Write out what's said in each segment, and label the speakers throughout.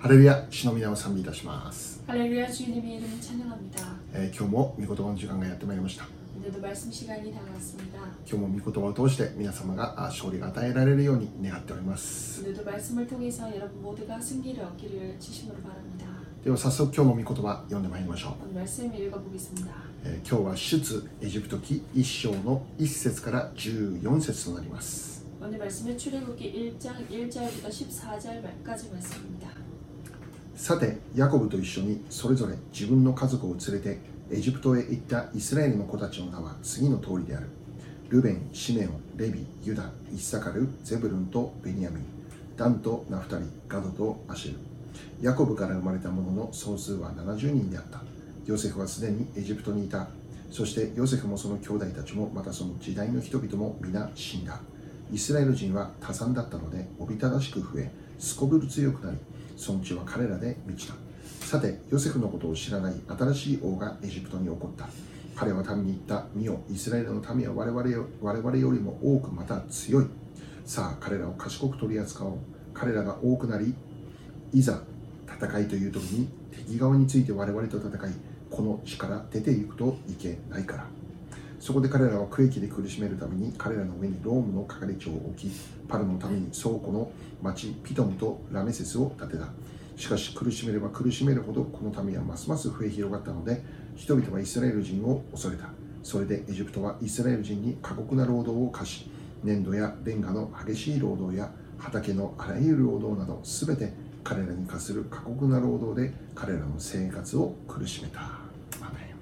Speaker 1: 할렐루야 주의の皆を賛美いたします、
Speaker 2: 할렐루야 주님의 이름 찬양합니다.
Speaker 1: えー今日も御言葉の時間がやってまいりました
Speaker 2: 오늘도 말씀 시간이 다가왔습니다.
Speaker 1: 今日も御言葉を通して皆様があ勝利が与えられるように願っております
Speaker 2: 오늘도 말씀을 통해서 여러분 모두가 승리를 얻기를 지심으로 바랍니다.
Speaker 1: では早速今日の御言葉読んでまいりましょう、
Speaker 2: 오늘 말씀 읽어보겠습니다.
Speaker 1: えー今日は出エジプト記1章の1節から14節となります
Speaker 2: 오늘 말씀은 출애굽기 1장 1절부터 14절까지 말씀입니다.
Speaker 1: さてヤコブと一緒にそれぞれ自分の家族を連れてエジプトへ行ったイスラエルの子たちの名は次の通りであるルベン、シメオン、レビ、ユダ、イッサカル、ゼブルンとベニヤミンダンとナフタリ、ガドとアシェルヤコブから生まれた者の総数は70人であったヨセフはすでにエジプトにいたそしてヨセフもその兄弟たちもまたその時代の人々も皆死んだイスラエル人は多産だったのでおびただしく増えすこぶる強くなりその地は彼らで満ちたさてヨセフのことを知らない新しい王がエジプトに起こった彼は民に言った見よイスラエルの民は我々よ我々よりも多くまた強いさあ彼らを賢く取り扱おう彼らが多くなりいざ戦いという時に敵側について我々と戦いこの地から出ていくといけないからそこで彼らは区域で苦しめるために彼らの上にロームの係長を置きパルのために倉庫の町ピトンとラメセスを建てたしかし苦しめれば苦しめるほどこの民はますます増え広がったので人々はイスラエル人を恐れたそれでエジプトはイスラエル人に過酷な労働を課し粘土やレンガの激しい労働や畑のあらゆる労働など全て彼らに課する過酷な労働で彼らの生活を苦しめた。アメン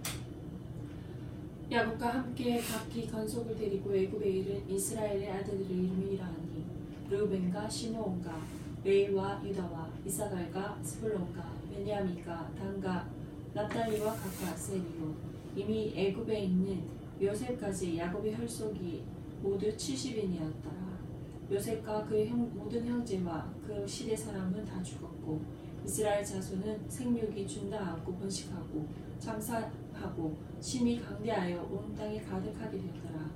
Speaker 2: 야곱과 함께 각기 건속을 데리고 애굽에 이른 이스라엘의 아들들의 이름이 이러하니 르우벤과 시므온과 레이와 유다와 이사갈과 스불론과 베냐민과 단과 납달리와 각과 세리요 이미 애굽에 있는 요셉까지 야곱의 혈속이 모두 70인이었더라 요셉과 그의 형, 모든 형제와 그 시대 사람은 다 죽었고 이스라엘 자손은 생육이 준다하고 번식하고 장사하고 심히 강대하여 온 땅에 가득하게 되었더라.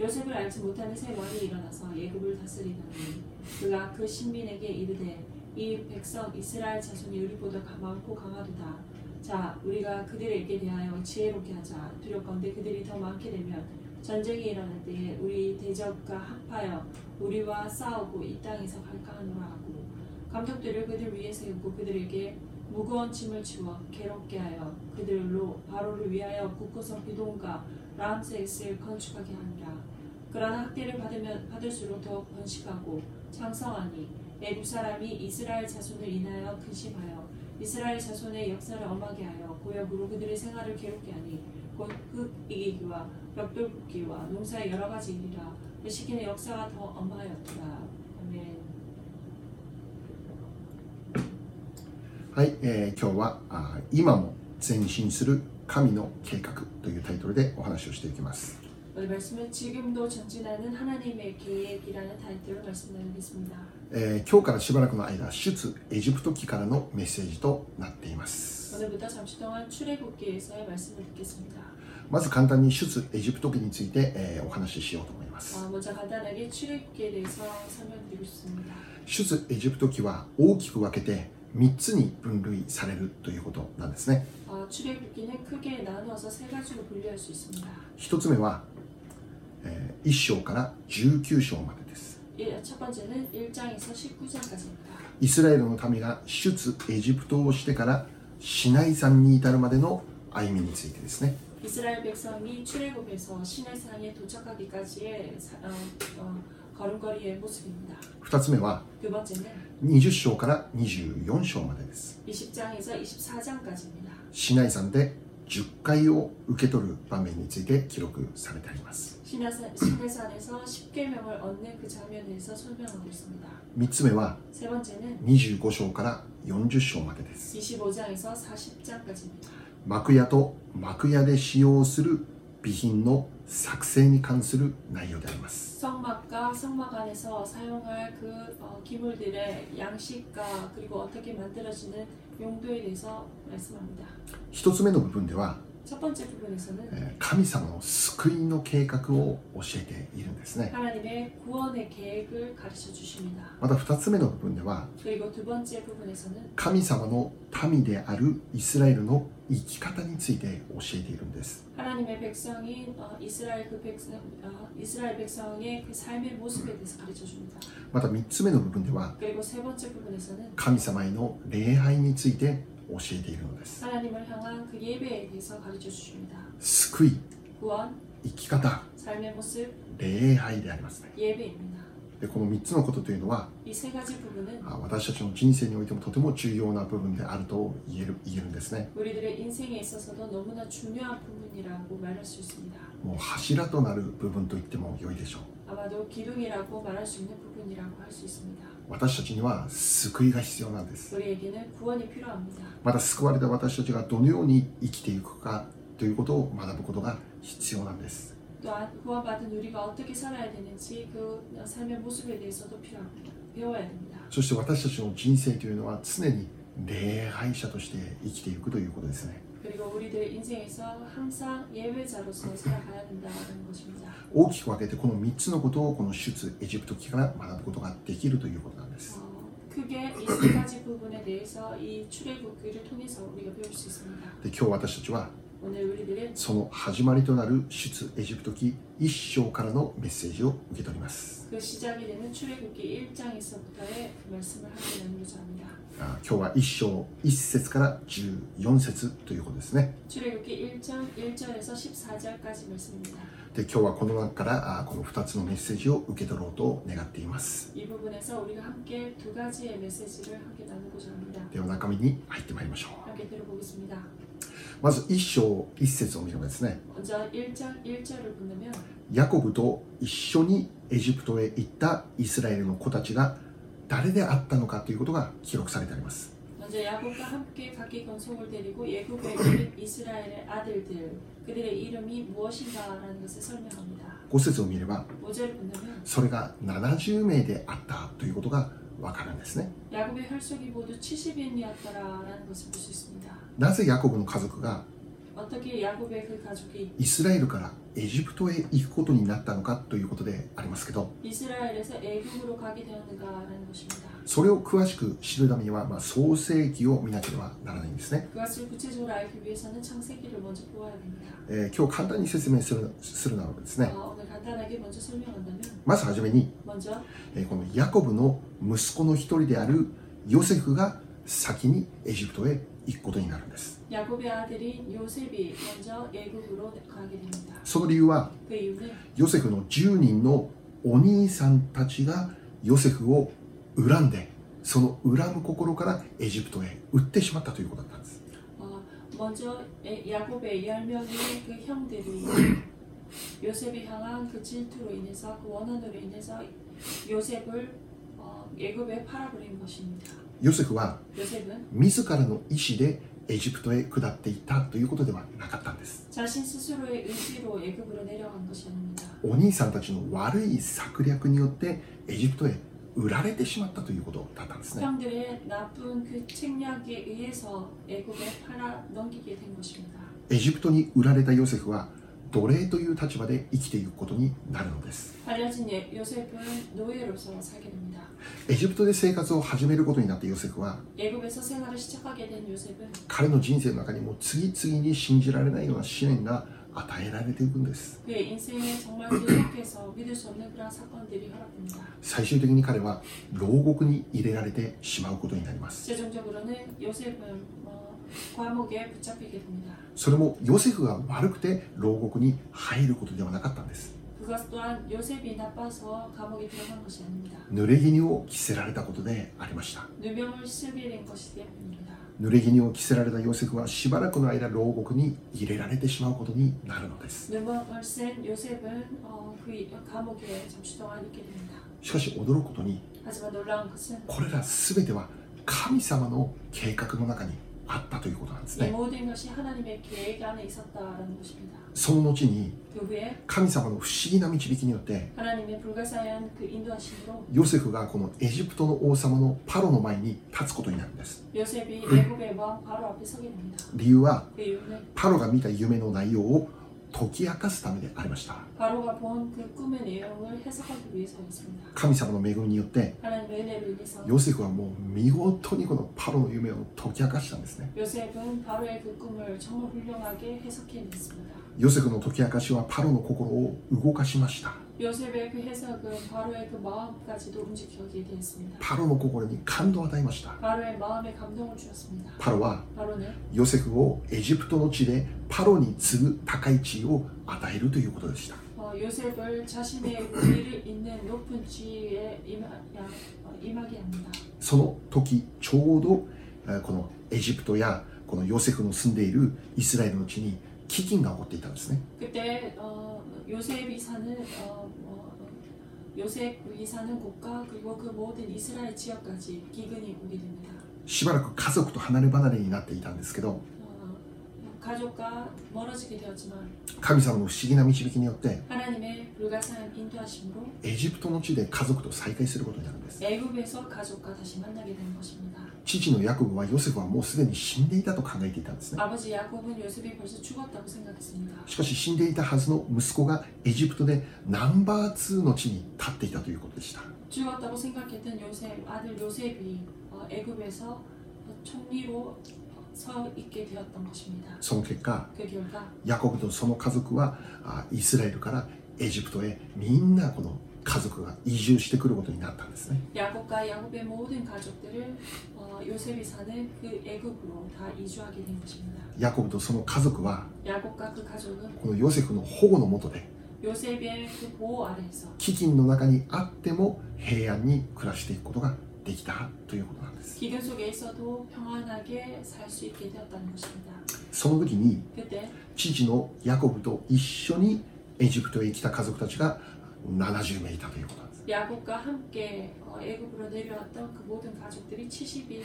Speaker 2: 요셉을 알지 못하는 세 왕이 일어나서 예굽을 다스리더니 그가 그 신민에게 이르되 이 백성 이스라엘 자손이 우리보다 많고 강하도다. 자, 우리가 그들에게 대하여 지혜롭게 하자. 두렵건대 그들이 더 많게 되면 전쟁이 일어날 때에 우리 대적과 합하여 우리와 싸우고 이 땅에서 갈까 하노라 하고 감독들을 그들 위에 세우고 그들에게 무거운 짐을 지워 괴롭게 하여 그들로 바로를 위하여 곳곳선 비동과 라암세스를 건축하게 하니라. 그러나 학대를 받으면 받을수록 더욱 번식하고 장성하니 애굽 사람이 이스라엘 자손을 인하여 근심하여 이스라엘 자손의 역사를 엄하게 하여 고역으로 그들의 생활을 괴롭게 하니 곧극 이기기와 역돌기와 농사의 여러 가지 일이라 그 시기는 역사가 더 엄하였더라. 아멘.
Speaker 1: はい、えー今日はあー今も前進する神の計画というタイトルでお話をしていきます、
Speaker 2: 오늘 말씀은 지금도 전진하는 하나님의 계획이라는 타이틀로 말씀 나누겠습니다.
Speaker 1: えー今日からしばらくの間出エジプト記からのメッセージとなっています
Speaker 2: 오늘부터 잠시 동안 출애굽기에서의 말씀을 듣겠습니다. 어,
Speaker 1: まず簡単に出エジプト記について、えーお話ししようと思います
Speaker 2: 아, 먼저 간단하게 출애굽기에 대해서 설명드리고 싶습니다.
Speaker 1: 出エジプト記は大きく分けて3つに分類されるということなんですね
Speaker 2: 아, 출애굽기는 크게 나누어서 세 가지로 분류할 수 있습니다.
Speaker 1: 1つ目は、え1章から19章までです
Speaker 2: 일- 첫 번째는 1장에서 19장까지입니다.
Speaker 1: イスラエルの民が出エジプトをしてからシナイ山に至るまでの歩みについてですね
Speaker 2: 이스라엘 백성이 출애굽에서 시내산에 도착하기까지의 사- 어, 어, 걸음걸이의 모습입니다.
Speaker 1: 2つ目は
Speaker 2: 두 번째는
Speaker 1: 20章から24章までです
Speaker 2: 20장에서 24장까지입니다.
Speaker 1: シナイ山で10回を受け取る場面について記録されてあります
Speaker 2: 신해산 신해산에서 10계명을 얻는 그 장면에서 설명하고 있습니다.
Speaker 1: 3つ目は
Speaker 2: 세 번째는
Speaker 1: 25章から40章までです
Speaker 2: 25장에서 40장까지입니다.
Speaker 1: 幕屋と幕屋で使用する備品の作成に関する内容であります
Speaker 2: 성막과 성막 안에서 사용할 그 어, 기물들의 양식과 그리고 어떻게 만들어지는 용도에 대해서 말씀합니다.
Speaker 1: 1つ目の部分では
Speaker 2: 첫 번째 부분에서는
Speaker 1: えー神様の救いの計画を教えているんですね
Speaker 2: 하나님의 구원의 계획을 가르쳐 주십니다.
Speaker 1: また2つ目の部分では
Speaker 2: 그리고 두 번째 부분에서는
Speaker 1: 神様の民であるイスラエルの生き方について教えているんです
Speaker 2: 하나님의 백성인 어, 이스라엘 그 백성 어, 이스라엘 백성의 그 삶의 모습에 대해서 가르쳐 줍니다.
Speaker 1: また3つ目の部分では
Speaker 2: 그리고 세 번째 부분에서는
Speaker 1: 神様への礼拝について教えているのです
Speaker 2: 하나님을 향한 그 예배에 대해서 가르쳐 주십니다.
Speaker 1: 救い
Speaker 2: 구원,
Speaker 1: 生き方
Speaker 2: 삶의 모습,
Speaker 1: 礼拝でありますね
Speaker 2: 예배입니다.
Speaker 1: でこの3つのことというのは
Speaker 2: 이 세 가지 부분은
Speaker 1: あ私たちの人生においてもとても重要な部分であると言える言えるんですね
Speaker 2: 우리들의 인생에 있어서도 너무나 중요한 부분이라고 말할 수 있습니다.
Speaker 1: もう柱となる部分と言っても良いでしょう
Speaker 2: 아마도 기둥이라고 말할 수 있는 부분이라고 할 수 있습니다.
Speaker 1: 私たちには救いが必要なんです
Speaker 2: 우리에게는 구원이 필요합니다.
Speaker 1: また救われた私たちがどのように生きていくかということを学ぶことが必要なんです
Speaker 2: 또한 구원받은 우리가 어떻게 살아야 되는지 그 삶의 모습에 대해서도 필요합니다. 배워야 됩니다.
Speaker 1: そして私たちの人生というのは常に礼拝者として生きていくということですね
Speaker 2: 그리고 우리들의 인생에서 항상 예외자로서 살아가야 된다는 것입니다.
Speaker 1: 大きく分けてこの3つのことをこの出エジプト記から学ぶことができるということなんです
Speaker 2: 어, 크게 이 세 가지 부분에 대해서 이 출애굽기를 통해서 우리가 배울 수 있습니다.
Speaker 1: で今日私たちは
Speaker 2: 오늘 우리들은
Speaker 1: その始まりとなる出エジプト記1章からのメッセージを受け取ります
Speaker 2: 그 시작이 되는 출애굽기 1장에서부터의 그 말씀을 함께 나누고자 합니다.
Speaker 1: あ今日は1章1節から14節ということですね
Speaker 2: 출애굽기 1장 1절에서 14절까지 말씀입니다.
Speaker 1: で今日はこの中からあこの2つのメッセージを受け取ろうと願っています
Speaker 2: 이 부분에서 우리가 함께 두 가지의 메시지를 함께 나누고자 합니다.
Speaker 1: では中身に入ってまいりましょ
Speaker 2: 함께 들어보겠습니다.
Speaker 1: うまず1章1節を見ればですね
Speaker 2: 먼저 1장 1절을 본다면
Speaker 1: ヤコブと一緒にエジプトへ行ったイスラエルの子たちが誰であったのかということが記録されてあります
Speaker 2: 먼저 야곱과 함께 각기 건속을 데리고 예굽에 있는 이스라엘의 아들들 그들의 이름이 무엇인가라는 것을 설명합니다.
Speaker 1: 5節を見れば
Speaker 2: 5절을 본다면
Speaker 1: それが70名であったということがわかるんですね
Speaker 2: 야곱의 혈족이 모두 70인이었더라라는 것을 볼 수 있습니다.
Speaker 1: なぜヤコブの家族が
Speaker 2: 어떻게 야곱의 그 가족이
Speaker 1: イスラエルからエジプトへ行くことになったのかということでありますけど
Speaker 2: 이스라엘에서 애굽으로 가게 되었는가라는 것입니다.
Speaker 1: それを詳しく知るためには、まあ、創世記を見なければならないんですね、
Speaker 2: 그것을 구체적으로 알기 위해서는 창세기를 먼저 보아야 됩니다.
Speaker 1: えー今日簡単に説明するするならばですね
Speaker 2: 어, 오늘 간단하게 먼저 설명한다면
Speaker 1: まずはじめに、
Speaker 2: 먼저
Speaker 1: えーこのヤコブの息子の一人であるヨセフが先にエジプトへ行くことになるんです
Speaker 2: 야곱의 아들인 요셉이 먼저 애굽으로 가게 됩니다.
Speaker 1: その理由は
Speaker 2: 그 이유는
Speaker 1: ヨセフの10人のお兄さんたちがヨセフを恨んでその恨む心からエジプトへ売ってしまったということだったんです
Speaker 2: 어, 먼저 에- 야곱의 열 명의 그 형들이 요셉이 향한 그 질투로 인해서 그 원한으로 인해서 요셉을 어, 애굽에 팔아버린 것입니다.
Speaker 1: ヨセフは
Speaker 2: 요셉은
Speaker 1: 自らの意志でエジプトへ下っていったということではなかったんです
Speaker 2: 자신 스스로의 의지로 애굽으로 내려간 것이 아닙니다.
Speaker 1: お兄さんたちの悪い策略によってエジプトへ売られてしまったということだったんですね
Speaker 2: 형들의 나쁜 그 책략에 의해서 애굽에 팔아 넘기게 된 것입니다.
Speaker 1: エジプトに売られたヨセフは奴隷という立場で生きていくことになるのです
Speaker 2: 알려진 예- 요셉은 노예로서 살게 됩니다.
Speaker 1: エジプトで生活を始めることになったヨセフは
Speaker 2: 애굽에서 생활을 시작하게 된 요셉은
Speaker 1: 彼の人生の中にも次々に信じられないような試練が与えられていくんです
Speaker 2: 그의 예, 인생에 정말 계속해서 믿을 수 없는 그런 사건들이 허락됩니다.
Speaker 1: 最終的に彼は牢獄に入れられてしまうことになります
Speaker 2: 최종적으로는 요셉은 어, 과목에 붙잡히게 됩니다.
Speaker 1: それもヨセフが悪くて牢獄に入ることではなかったんです
Speaker 2: 그것 또한 요셉이 나빠서 감옥에 들어간 것이 아닙니다.
Speaker 1: 濡れ衣を着せられたことでありました
Speaker 2: 누명을 쓰게 된 것이 때문입니다.
Speaker 1: 濡れ衣を着せられたヨセフはしばらくの間牢獄に入れられてしまうことになるのです
Speaker 2: 누명을 쓴 요셉은 어, 그 이- 감옥에 잠시 동안 있게 됩니다.
Speaker 1: しかし驚くことに
Speaker 2: 하지만 놀라운 것은
Speaker 1: これら全ては神様の計画の中にあったということなんです
Speaker 2: 이
Speaker 1: ね
Speaker 2: 모든 것이 하나님의 계획 안에 있었다라는 것입니다.
Speaker 1: その後に
Speaker 2: 그 후에
Speaker 1: 神様の不思議な導きによって
Speaker 2: 하나님의 불가사의한 그 인도하심으로
Speaker 1: ヨセフがこのエジプトの王様のパロの前に立つことになるんです
Speaker 2: 요셉이 애굽의 왕 바로 앞에 서게 됩니다.
Speaker 1: 理由は
Speaker 2: 그 이유는
Speaker 1: パロが見た夢の内容を解き明かすためでありました
Speaker 2: 바로가 본 그 꿈의 내용을 해석하기 위해서였습니다.
Speaker 1: 神様の恵みによって
Speaker 2: 하나님의 은혜로 인해서
Speaker 1: ヨセフはもう見事にこのパロの夢を解き明かしたんですね
Speaker 2: 요셉은 바로의 그 꿈을 정말 훌륭하게 해석해냈습니다.
Speaker 1: ヨセフの解き明かしはパロの心を動かしました
Speaker 2: 요셉의 그 해석은 바로의 그 마음까지도 움직이게 되었습니다.
Speaker 1: パロの心に感動を与えました
Speaker 2: 바로의 마음에 감동을 주었습니다.
Speaker 1: パロは
Speaker 2: 바로는
Speaker 1: ヨセフをエジプトの地でパロに次ぐ高い地位を与えるということでした
Speaker 2: 어, 요셉을 자신의 위를 잇는 높은 지위에 임하, 야, 어, 임하게 합니다.
Speaker 1: その時ちょうどえーこのエジプトやこのヨセフの住んでいるイスラエルの地に飢饉が起こっていたんですね
Speaker 2: 그때 어, 요셉이 사는 어, 어, 요셉이 사는 곳과 그리고 그 모든 이스라엘 지역까지 기근이 오게 됩니다.
Speaker 1: しばらく家族と離れ離れになっていたんですけど
Speaker 2: 어, 가족과 멀어지게 되었지만
Speaker 1: 神様の不思議な導きによって
Speaker 2: 하나님의 불가사한 인도하심으로
Speaker 1: エジプトの地で家族と再会することになるんです
Speaker 2: 애굽에서 가족과 다시 만나게 된 것입니다.
Speaker 1: 父のヤコブはヨセフはもうすでに死んでいたと考えていたんですね
Speaker 2: 아버지 야곱은 요셉이 벌써 죽었다고 생각했습니다.
Speaker 1: しかし死んでいたはずの息子がエジプトでナンバー2の地に立っていたということでした
Speaker 2: 죽었다고 생각했던 요셉 아들 요셉이 어, 애굽에서 어, 총리로 서 있게 되었던 것입니다.
Speaker 1: その結果
Speaker 2: 그 결과
Speaker 1: ヤコブとその家族はあイスラエルからエジプトへみんなこの家族が移住してくることになったんですね
Speaker 2: 야곱과 야곱의 모든 가족들을 어, 요셉이 사는 그 애굽으로 다 이주하게 된 것입니다.
Speaker 1: ヤコブとその家族は
Speaker 2: 야곱과 그 가족은
Speaker 1: このヨセフの保護の下で
Speaker 2: 요셉의 그 보호 아래에서
Speaker 1: 飢饉の中にあっても平安に暮らしていくことができたということなんです
Speaker 2: 기근 속에 있어도 평안하게 살 수 있게 되었다는 것입니다.
Speaker 1: その時に
Speaker 2: 그때
Speaker 1: 父のヤコブと一緒にエジプトへ来た家族たちが70名いたということなんです
Speaker 2: 야곱과 함께 어, 애굽으로 내려왔던 그 모든 가족들이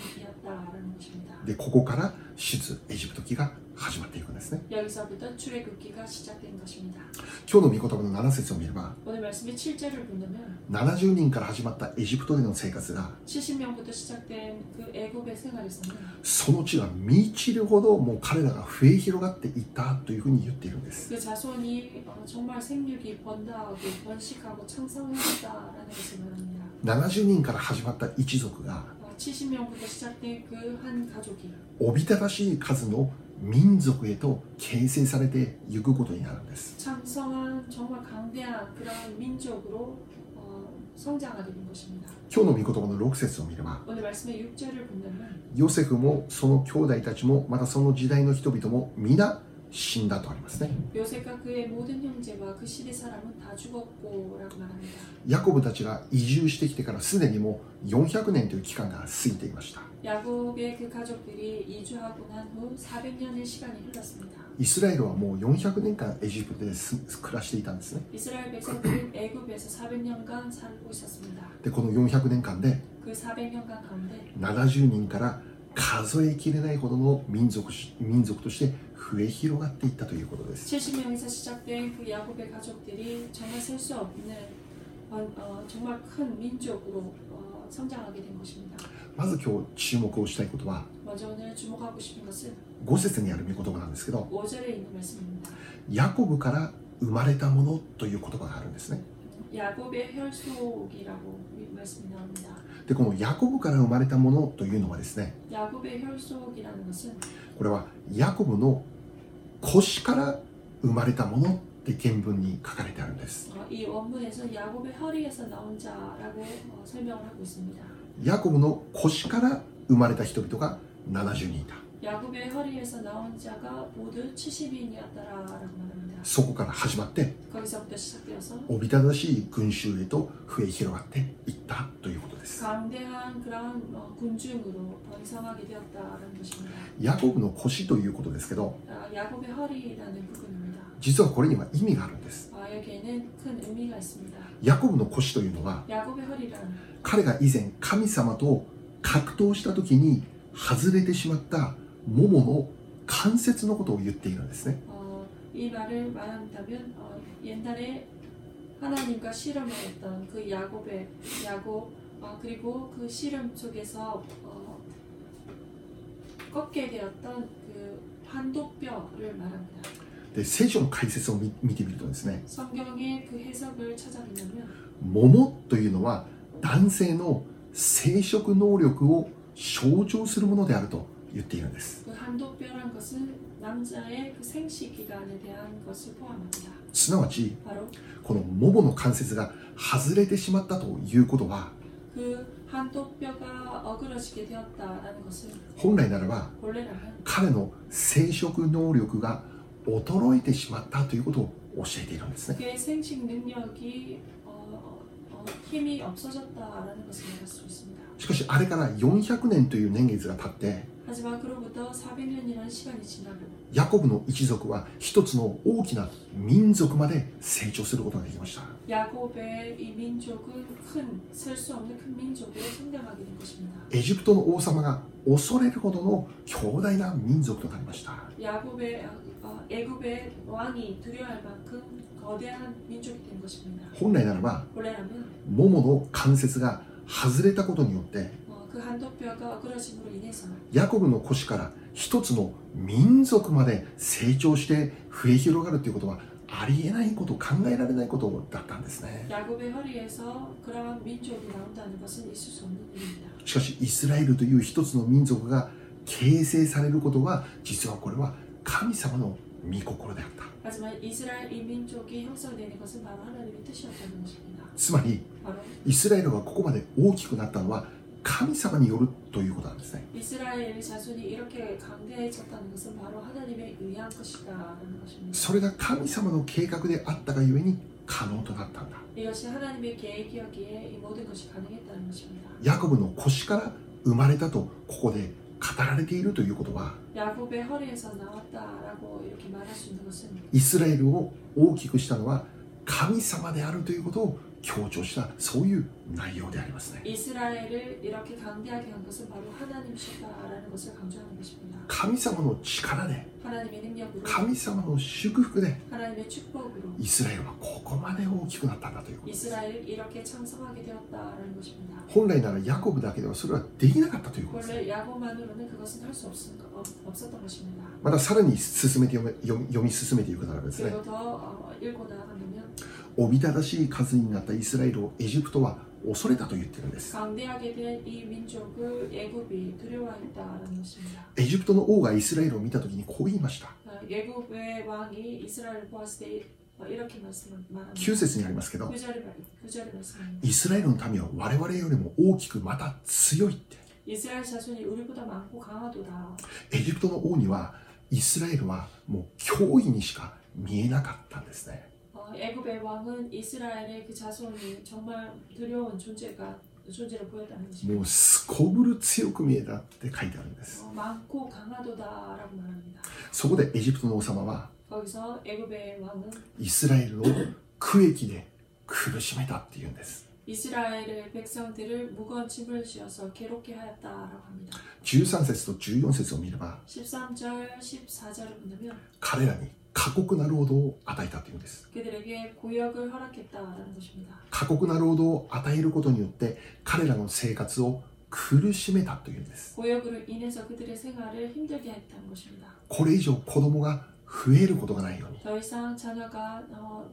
Speaker 2: 70인이었다라는 것입니다.
Speaker 1: でここから出エジプト記が始まっていくんですね
Speaker 2: 여기서부터 출애굽기가 시작된 것입니다.
Speaker 1: 今日の御言葉の7節を見れば
Speaker 2: 오늘 말씀의 7절을 본다면
Speaker 1: 70人から始まったエジプトでの生活が
Speaker 2: 70명부터 시작된 그 애굽의 생활에서는
Speaker 1: その地が満ちるほどもう彼らが増え広がっていったというふうに言っているんです
Speaker 2: 그 자손이 어, 정말 생육이 번다하고 번식하고 창성했다라는 것을 말합니다.
Speaker 1: 70人から始まった一族が
Speaker 2: 어, 70명부터 시작된 그 한 가족이
Speaker 1: おびただしい数の民族へと形成されていくことになるんです
Speaker 2: 창성한 정말 강대한 그런 민족으로 어, 성장하게 된 것입니다.
Speaker 1: 今日の御言葉の6節を見れば
Speaker 2: 오늘 말씀의 6절을 본다면
Speaker 1: ヨセフもその兄弟たちもまたその時代の人々も皆死んだとありますね
Speaker 2: 요셉과 그의 모든 형제와 그 시대 사람은 다 죽었고 라고 말합니다.
Speaker 1: ヤコブたちが移住してきてからすでにもう400年という期間が過ぎていました
Speaker 2: 야곱의 그 가족들이 이주하고 난 후 400년의 시간이 흘렀습니다.
Speaker 1: イスラエルはもう400年間エジプトです暮らしていたんですね
Speaker 2: 이스라엘 백성들은 애굽에서 400년간 살고 있었습니다.
Speaker 1: でこの400年間で
Speaker 2: 그 400년간 가운데
Speaker 1: 70人から数えきれないほどの民族し民族として増え広がっていったということです
Speaker 2: 70명에서 시작된 그 야곱의 가족들이 정말 셀 수 없는 어, 어, 정말 큰 민족으로 어, 성장하게 된 것입니다.
Speaker 1: まず今日注目をしたいことは
Speaker 2: 먼저 오늘 주목하고 싶은 것은
Speaker 1: 5節にある御言葉なんですけど
Speaker 2: 5절에 있는 말씀입니다.
Speaker 1: ヤコブから生まれたものという言葉があるんですね
Speaker 2: 야곱의 혈속이라고 이 말씀이 나옵니다.
Speaker 1: でこのヤコブから生まれたものというのはですね
Speaker 2: 야곱의 혈속이라는 것은
Speaker 1: これはヤコブの腰から生まれたものって原文に書かれてあるんです
Speaker 2: 어, 이 원문에서 야곱의 허리에서 나온 자라고 어, 설명을 하고 있습니다.
Speaker 1: ヤコブの腰から生まれた人々が70人いた
Speaker 2: 야곱의 허리에서 나온 자가 모두 70인이었다라고 말합니다.
Speaker 1: そこから始まって
Speaker 2: 거기서부터 시작되어서
Speaker 1: おびただしい群衆へと増え広がっていったということです
Speaker 2: 강대한 그런 어, 군중으로 번성하게 되었다라는 것입니다.
Speaker 1: ヤコブの腰ということですけど
Speaker 2: 아, 야곱의 허리라는 부분입니다.
Speaker 1: 実はこれには意味があるんです
Speaker 2: 아, 여기에는 큰 의미가 있습니다.
Speaker 1: ヤコブの腰というのは
Speaker 2: 야곱의 허리란
Speaker 1: 彼が以前神様と格闘した時に外れてしまったももの関節のことを言っているんですね
Speaker 2: 어, 이 말을 말한다면 어, 옛날에 하나님과 씨름하였던 그 야곱의 야곱 어, 그리고 그 씨름 속에서 어, 꺾게 되었던 그 환도뼈를 말합니다.
Speaker 1: で聖書の解説を見見てみるとですね
Speaker 2: 성경의 그 해석을 찾아보면
Speaker 1: 桃というのは男性の生殖能力を象徴するものであると言っているんです
Speaker 2: 그 한도뼈란 것은 남자의 그 생식 기간에 대한 것을 포함합니다.
Speaker 1: すなわち
Speaker 2: 바로
Speaker 1: この桃の関節が外れてしまったということは
Speaker 2: 그 한도뼈가 어그러지게 되었다라는 것은
Speaker 1: 本来ならば
Speaker 2: 본래라면
Speaker 1: 彼の生殖能力が衰えてしまったということを教えているんですね
Speaker 2: 그의 생식 능력이 어, 어, 힘이 없어졌다라는 것을 알 수 있습니다.
Speaker 1: しかしあれから400年という年月が経って
Speaker 2: 하지만 그로부터 400년이라는 시간이 지나고
Speaker 1: ヤコブの一族は一つの大きな民族まで成長することができました
Speaker 2: 야곱의 이 민족은 큰, 셀 수 없는 큰 민족으로 성장하게 된 것입니다.
Speaker 1: エジプトの王様が恐れるほどの強大な民族となりました
Speaker 2: 야곱의 어, 애굽의 왕이 두려워할 만큼 거대한 민족이 된 것입니다.
Speaker 1: 本来ならば
Speaker 2: 본래라면
Speaker 1: ももの関節が外れたことによって
Speaker 2: 어, 그 한도뼈가 어그러짐으로 인해서
Speaker 1: ヤコブの腰から一つの民族まで成長して増え広がるということはありえないこと考えられないことだったんですね
Speaker 2: 야곱의 허리에서 그러한 민족이 나온다는 것은 있을 수 없는 일입니다.
Speaker 1: しかしイスラエルという一つの民族が形成されることは実はこれは神様の御心であった
Speaker 2: 하지만 이스라엘 이 민족이 형성되는 것은 바로 하나님의 뜻이었다는 것입니다.
Speaker 1: つまり
Speaker 2: 바로
Speaker 1: イスラエルがここまで大きくなったのは神様によるということなんですね
Speaker 2: 이스라엘 자손이 이렇게 강대해졌다는 것은 바로 하나님의 의한 것이다라는 것입니다.
Speaker 1: それが神様の計画であったがゆえに可能となったんだ
Speaker 2: 이것이 하나님의 계획이었기에 이 모든 것이 가능했다는 것입니다.
Speaker 1: ヤコブの腰から生まれたとここで語られているということは
Speaker 2: 야곱의 허리에서 나왔다라고 이렇게 말할 수 있는 것은
Speaker 1: イスラエルを大きくしたのは神様であるということを強調したそういう内容でありますね
Speaker 2: 이스라엘을 이렇게 강대하게 한 것은 바로 하나님이셨다라는 것을 강조하는 것입니다.
Speaker 1: 神様の力で
Speaker 2: 하나님의 능력으로
Speaker 1: 神様の祝福で
Speaker 2: 하나님의 축복으로
Speaker 1: イスラエルはここまで大きくなったんだということです
Speaker 2: 이스라엘 이렇게 창성하게 되었다라는 것입니다.
Speaker 1: 本来ならヤコブだけではそれはできなかったということですね
Speaker 2: 원래 야곱만으로는 그것은 할 수 없었던 것입니다.
Speaker 1: またさらに進めて読み読み読み進めていくならばですね
Speaker 2: 그리고 더 어, 읽고 나아가면
Speaker 1: おびただしい数になったイスラエルをエジプトは恐れたと言ってるんです
Speaker 2: 강대하게 된 이 민족을 애굽이 두려워했다라는 것입니다.
Speaker 1: エジプトの王がイスラエルを見た時にこう言いました
Speaker 2: 어, 애굽의 왕이 이스라엘을 보았을 때 어, 이렇게 말씀 말합니다.
Speaker 1: 9節にありますけど
Speaker 2: 구절에 말- 구절에 말씀합니다.
Speaker 1: イスラエルの民は我々よりも大きくまた強いって
Speaker 2: 이스라엘 자손이 우리보다 많고 강하도다.
Speaker 1: エジプトの王にはイスラエルはもう脅威にしか見えなかったんですね
Speaker 2: 어, 애굽의 왕은 이스라엘의 그 자손이 정말 두려운 존재가 존재를 보였다는 것입니다.
Speaker 1: もうすこぶる強く見えたって書いてあるんです
Speaker 2: 어, 많고 강하도다라고 말합니다.
Speaker 1: そこでエジプトの王様は
Speaker 2: 거기서 애굽의 왕은
Speaker 1: イスラエルを区域で苦しめたっていうんです
Speaker 2: 이스라엘의 백성들을 무거운 짐을 지어서 괴롭게 하였다라고 합니다.
Speaker 1: 13節と14節を見れば
Speaker 2: 13절, 14절을 본다면
Speaker 1: 彼らに過酷な労働を与えたというんです
Speaker 2: 그들에게 고역을 허락했다라는 것입니다.
Speaker 1: 過酷な労働を与えることによって彼らの生活を苦しめたというんです
Speaker 2: 고역으로 인해서 그들의 생활을 힘들게 했다는 것입니다.
Speaker 1: これ以上子供が増えることがないように
Speaker 2: 더 이상 자녀가 어,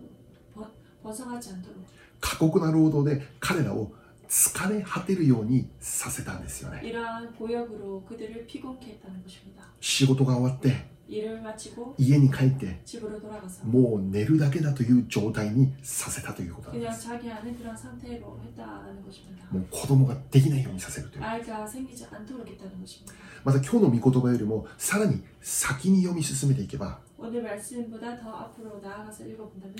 Speaker 2: 번- 번성하지 않도록
Speaker 1: 過酷な労働で彼らを疲れ果てるようにさせたんですよね
Speaker 2: 이러한 고역으로 그들을 피곤케 했다는 것입니다.
Speaker 1: 仕事が終わって
Speaker 2: 일을 마치고
Speaker 1: 家に帰って
Speaker 2: 집으로 돌아가서
Speaker 1: もう寝るだけだという状態にさせたということなんで
Speaker 2: 그냥
Speaker 1: す
Speaker 2: 자기 안에 그런 상태로 했다라는 것입니다.
Speaker 1: もう子供ができないようにさせるという
Speaker 2: 아이가 생기지 않도록 했다는 것입니다.
Speaker 1: また今日の御言葉よりもさらに先に読み進めていけば
Speaker 2: 오늘 말씀보다 더 앞으로 나아가서 읽어본다면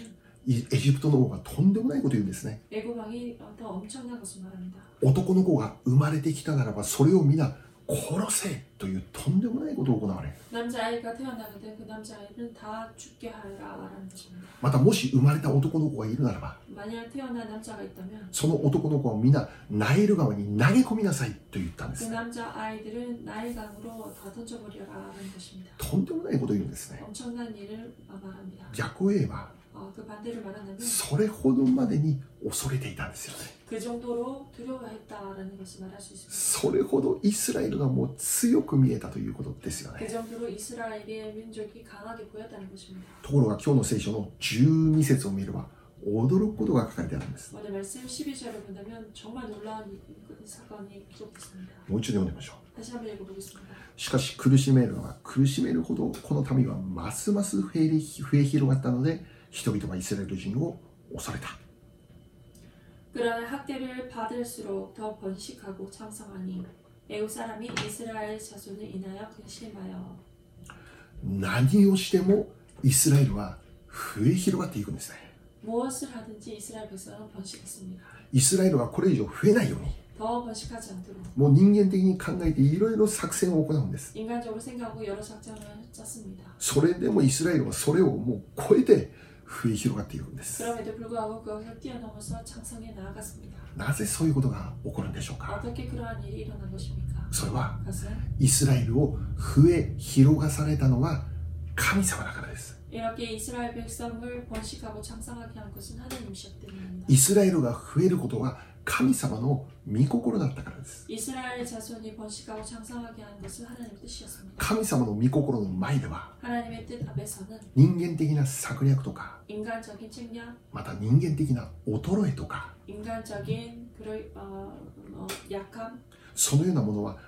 Speaker 1: いエジプトの王がとんでもないこと言うんですね
Speaker 2: 애굽왕이 더 엄청난 것을 말합니다.
Speaker 1: 男の子が生まれてきたならばそれを皆殺せというとんでもないことを行われ
Speaker 2: 남자아이가 태어나는데 그 남자아이는 다 죽게 하라라는 것입니다.
Speaker 1: またもし生まれた男の子がいるならば
Speaker 2: 만약 태어난 남자가 있다면
Speaker 1: その男の子を皆ナイル川に投げ込みなさいと言ったんで
Speaker 2: 그
Speaker 1: すね
Speaker 2: 남자아이들은 나일강으로 다 던져버려라라는 것입니다.
Speaker 1: とんでもないことを言うんですね
Speaker 2: 엄청난 일을 말합니다.
Speaker 1: 逆を言えば
Speaker 2: 어, 그 반대를 말한다면
Speaker 1: それほどまでに恐れていたんですよね
Speaker 2: 그 정도로 두려워했다라는 것을 말할 수 있습니다.
Speaker 1: それほどイスラエルがもう強く見えたということですよ
Speaker 2: 그
Speaker 1: ね
Speaker 2: 정도로 이스라엘의 민족이 강하게 보였다는 것입니다.
Speaker 1: ところが今日の聖書の12節を見れば驚くことが書かれてあるんです
Speaker 2: 오늘 말씀 12절을 본다면 정말 놀라운 이- 이 사건이 기록됐습니다.
Speaker 1: もう一度読んでみましょう
Speaker 2: 다시 한번 읽어보겠습니다.
Speaker 1: しかし苦しめるのは苦しめるほどこの民はますます増えり増え広がったので人々がイスラエル人を恐れた
Speaker 2: 그러나 학대를 받을수록 더 번식하고 창성하니 애국 사람이 이스라엘 자손을 인하여 근심하여
Speaker 1: 何をしてもイスラエルは増え広がっていくんですね
Speaker 2: 무엇을 하든지 이스라엘 백성은 번식했습니다.
Speaker 1: イスラエルはこれ以上増えないように
Speaker 2: 더 번식하지 않도록
Speaker 1: もう人間的に考えていろいろ作戦を行うんです
Speaker 2: 인간적으로 생각하고 여러 작전을 짰습니다.
Speaker 1: それでもイスラエルはそれをもう超えて増え広がっていくんです
Speaker 2: 그럼에도 불구하고 그것을 뛰어넘어서 창성에 나아갔습니다.
Speaker 1: なぜそういうことが起こるんでしょうか
Speaker 2: 어떻게 그러한 일이 일어난 것입니까?
Speaker 1: それは
Speaker 2: 그것은
Speaker 1: イスラエルを増え広がされたのは神様だからです
Speaker 2: 이렇게 이스라엘 백성을 번식하고 창성하게 한 것은 하나님이셨기 때문입니다.
Speaker 1: イスラエルが増えることは神様の御心だったからです。
Speaker 2: 이스라엘 자손이 번식하고 창성하게 한 것은 하나님의 뜻이었습니다.
Speaker 1: 神様の御心の前では
Speaker 2: 하나님의 뜻 앞에서는
Speaker 1: 人間的な策略とか、
Speaker 2: 인간적인 책략,
Speaker 1: また人間的な衰えとか、
Speaker 2: 인간적인 그런 어, 어, 약함,
Speaker 1: そのようなものは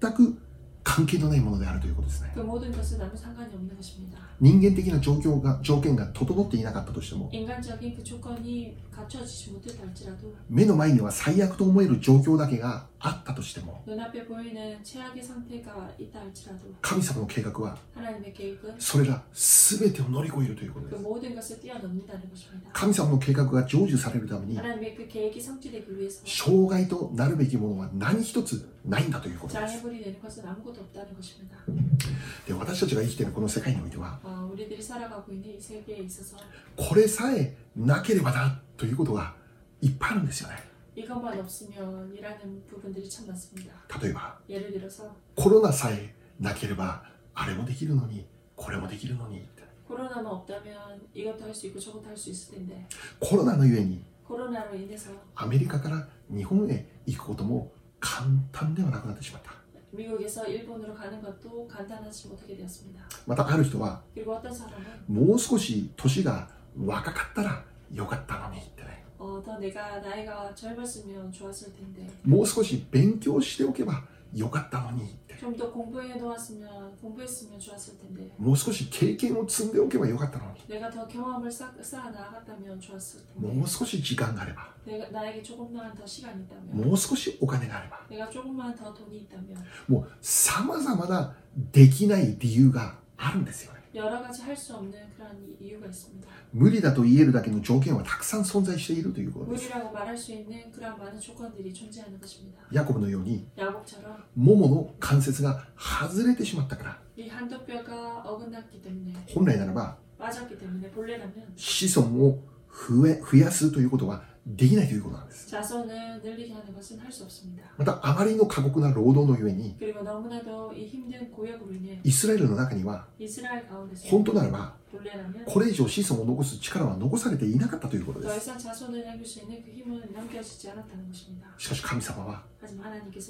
Speaker 1: 全く関係のないものであるということですね
Speaker 2: 그 。 모든 것은 아무 상관이 없는 것입니다.
Speaker 1: 人間的な状況が、条件が整っていなかったとしても、
Speaker 2: 인간적인 그 조건이 갖춰지지 못했다 할지라도
Speaker 1: 目の前には最悪と思える状況だけがあったとしても、
Speaker 2: 눈앞에 보이는 최악의 상태가 있다 할지라도
Speaker 1: 神様の計画は
Speaker 2: 하나님의 계획은
Speaker 1: それら全てを乗り越えるということ
Speaker 2: 그
Speaker 1: です。
Speaker 2: 모든 것을 뛰어넘는다는 것입니다.
Speaker 1: 神様の計画が成就されるために、
Speaker 2: 하나님의 그 계획이 성취되기 위해서
Speaker 1: 障害となるべきものは何一つないんだということです
Speaker 2: 장애물이 되는 것은 아무것도 없다는 것입니다.
Speaker 1: で私たちが生きているこの世界においては
Speaker 2: 아, 우리들이 살아가고 있는 이 세계에 있어서
Speaker 1: これさえなければなということがいっぱいあるんですよね
Speaker 2: 이것만 없으면이라는 부분들이 참 많습니다.
Speaker 1: 例えば
Speaker 2: 예를 들어서
Speaker 1: コロナさえなければあれもできるのにこれもできるのに
Speaker 2: 코로나만 없다면 이것도 할 수 있고 저것도 할 수 있을 텐데
Speaker 1: コロナのゆえに
Speaker 2: 코로나로 인해서
Speaker 1: アメリカから日本へ行くことも簡単ではなくなってしまった
Speaker 2: 미국에서 일본으로 가는 것도 간단하지 못하게 되었습니다.
Speaker 1: またある人は
Speaker 2: 그리고 어떤 사람은
Speaker 1: もう少し年が若かったらよかったのにってね
Speaker 2: 어, 더 내가 나이가 젊었으면 좋았을 텐데
Speaker 1: もう少し勉強しておけばよかったのにって
Speaker 2: 좀 더 공부해 놓았으면 공부했으면 좋았을 텐데
Speaker 1: もう少し経験を積んでおけばよかったの
Speaker 2: 내가 더 경험을 쌓, 쌓아 나아갔다면 좋았을
Speaker 1: にも
Speaker 2: 텐데
Speaker 1: う少し時間があれば
Speaker 2: 내가 나에게 조금만 더 시간이 있다면
Speaker 1: もう少しお金があれば
Speaker 2: 내가 조금만 더 돈이 있다면
Speaker 1: もうさまざまなできない理由があるんですよね
Speaker 2: 여러 가지 할 수 없는 그런 이- 이유가 있습니다.
Speaker 1: 無理だと言えるだけの条件はたくさん存在しているということです
Speaker 2: 무리라고 말할 수 있는 그런 많은 조건들이 존재하는 것입니다.
Speaker 1: ヤコブのように
Speaker 2: 야곱처럼
Speaker 1: ももの関節が外れてしまったから
Speaker 2: 이 한두 뼈가 어긋났기 때문에
Speaker 1: 本来ならば
Speaker 2: 빠졌기 때문에 본래라면
Speaker 1: 子孫を増え増やすということはできないということなんです
Speaker 2: 자손을 늘리게 하는 것은 할 수 없습니다.
Speaker 1: またあまりの過酷な労働のゆえに
Speaker 2: 그리고 너무나도 이 힘든 고역으로 인해
Speaker 1: イスラエルの中には
Speaker 2: 이스라엘 가운데서
Speaker 1: 本当ならば
Speaker 2: 본래라면
Speaker 1: これ以上子孫を残す力は残されていなかったということで
Speaker 2: 더
Speaker 1: す
Speaker 2: 이상 자손을 남길 수 있는 그 힘은 남겨지지 않았다는 것입니다.
Speaker 1: しかし神様は
Speaker 2: 하지만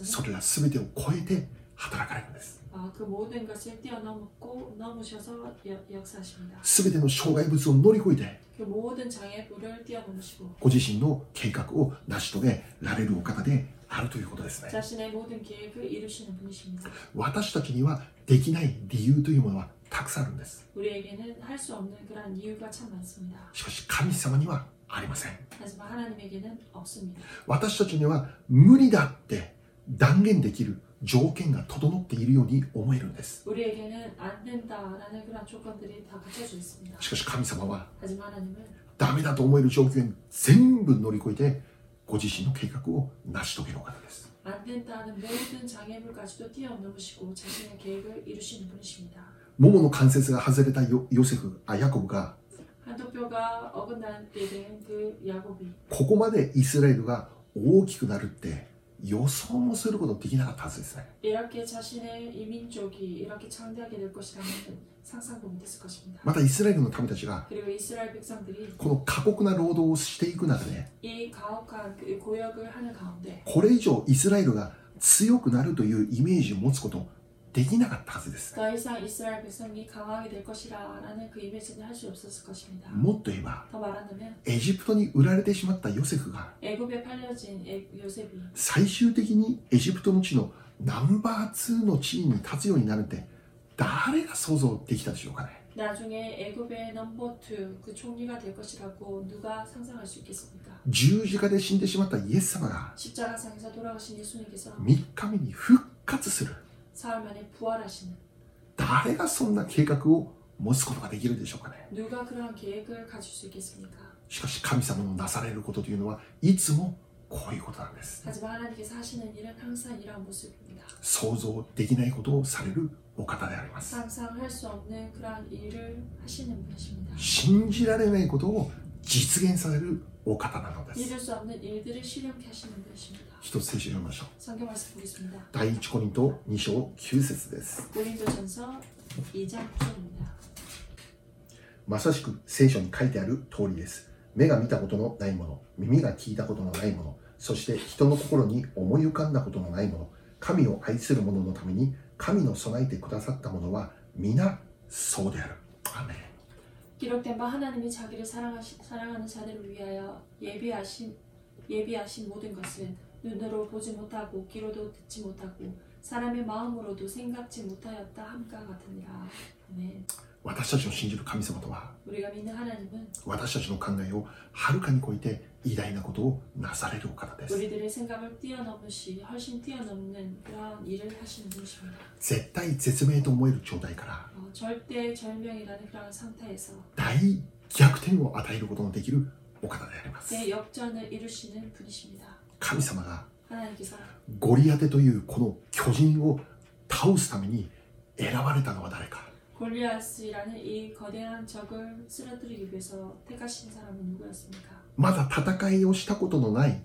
Speaker 1: そ
Speaker 2: 하나님께서는
Speaker 1: れら全てを超えて働かれるんです
Speaker 2: 아, 그 모든 것을 뛰어넘고 넘으셔서 여- 역사하십니다.
Speaker 1: 全ての障害物を乗り越えて
Speaker 2: 그 모든 장애물을 뛰어넘으시고
Speaker 1: ご自身の計画を成し遂げられるお方であるということですね
Speaker 2: 자신의 모든 계획을 이루시는 분이십니다.
Speaker 1: 私たちにはできない理由というものはたくさんあるんです
Speaker 2: 우리에게는 할 수 없는 그러한 이유가 참 많습니다.
Speaker 1: しかし神様にはありません
Speaker 2: 하지만 하나님에게는 없습니다.
Speaker 1: 私たちには無理だって断言できる条件が整っているように思えるんです
Speaker 2: 우리에게는 안 된다라는 그런 조건들이 다 갖춰져 있습니다.
Speaker 1: しかし神様は
Speaker 2: 하지만 하나님은
Speaker 1: ダメだと思える状況に全部乗り越えてご自身の計画を成し遂げるお方です
Speaker 2: 안 된다는 모든 장애물까지도 뛰어넘으시고 자신의 계획을 이루시는 분이십니다.
Speaker 1: ももの関節が外れたヨヨセフあヤコブが
Speaker 2: 한도뼈가 어긋나게 된 그 야곱이
Speaker 1: ここまでイスラエルが大きくなるって予想もすることできなかったはずですね
Speaker 2: 이렇게 자신의 이민족이 이렇게 창대하게 될 것이라는 상상도 못했을 것입니다.
Speaker 1: またイスラエルの民たちが
Speaker 2: 그리고 이스라엘 백성들이
Speaker 1: この過酷な労働をしていく中で
Speaker 2: 이 가혹한 그 고역을 하는 가운데
Speaker 1: これ以上イスラエルが強くなるというイメージを持つことできなかったはずです
Speaker 2: 더 이상 이스라엘 백성이 강하게 될 것이라는 그 이미지는 할 수 없었을 것입니다.
Speaker 1: もっと言えば
Speaker 2: 더 말한다면
Speaker 1: エジプトに売られてしまったヨセフが
Speaker 2: 애굽에 팔려진 애- 요셉이
Speaker 1: 最終的にエジプトの地のナンバー2の地位に立つようになるって誰が想像できたでしょうかね
Speaker 2: 나중에 애굽의 넘버 투 그 총리가 될 것이라고 누가 상상할 수 있겠습니까?
Speaker 1: 十字架で死んでしまったイエス様が
Speaker 2: 십자가상에서 돌아가신 예수님께서
Speaker 1: 3日目に復活する
Speaker 2: 사흘 만에 부활하시는
Speaker 1: 誰がそんな計画を持つことができるでしょうかね
Speaker 2: 누가 그러한 계획을 가질 수 있겠습니까?
Speaker 1: しかし神様のなされることというのはいつもこういうことなんです
Speaker 2: 하지만 하나님께서 하시는 일은 항상 이러한 모습입니다.
Speaker 1: 想像できないことをされるお方であります
Speaker 2: 항상 할 수 없는 그러한 일을 하시는 분이십니다.
Speaker 1: 信じられないことを実現されるお方なのです
Speaker 2: 믿을 수 없는 일들을 실현케 하시는 분이십니다.
Speaker 1: 一つ聖書を読みましょう
Speaker 2: 성경 말씀 보겠습니다.
Speaker 1: 第一コリント2章9節です
Speaker 2: 고린도전서 2장 9절입니다.
Speaker 1: まさしく聖書に書いてある通りです目が見たことのないもの耳が聞いたことのないものそして人の心に思い浮かんだことのないもの神を愛する者のために神の備えてくださったものは皆そうであるアーメン
Speaker 2: 기록된 바 하나님이 자기를 사랑하시, 사랑하는 자들을 위하여 예비하신 예비하신 모든 것은 눈으로 보지 못하고 귀로도 듣지 못하고 사람의 마음으로도 생각지 못하였다 함과 같으니라. 아멘.
Speaker 1: 私たちの信じる神様とは
Speaker 2: 우리가 믿는 하나님은
Speaker 1: 私たちの考えをはるかに超えて偉大なことをなされるお方です
Speaker 2: 우리들의 생각을 뛰어넘으시 훨씬 뛰어넘는 그러한 일을 하시는 분이십니다.
Speaker 1: 絶対絶命と思える状態から
Speaker 2: 어, 절대 절명이라는 그러한 상태에서
Speaker 1: 大逆転を与えることのできるお方であります
Speaker 2: 내 역전을 이루시는 분이십니다.
Speaker 1: 神様が
Speaker 2: 하나님께서
Speaker 1: ゴリアテというこの巨人を倒すために選ばれたのは誰か
Speaker 2: 골리앗이라는 이 거대한 적을 쓰러뜨리기 위해서 택하신 사람은 누구였습니까?
Speaker 1: まだ戦いをしたことのない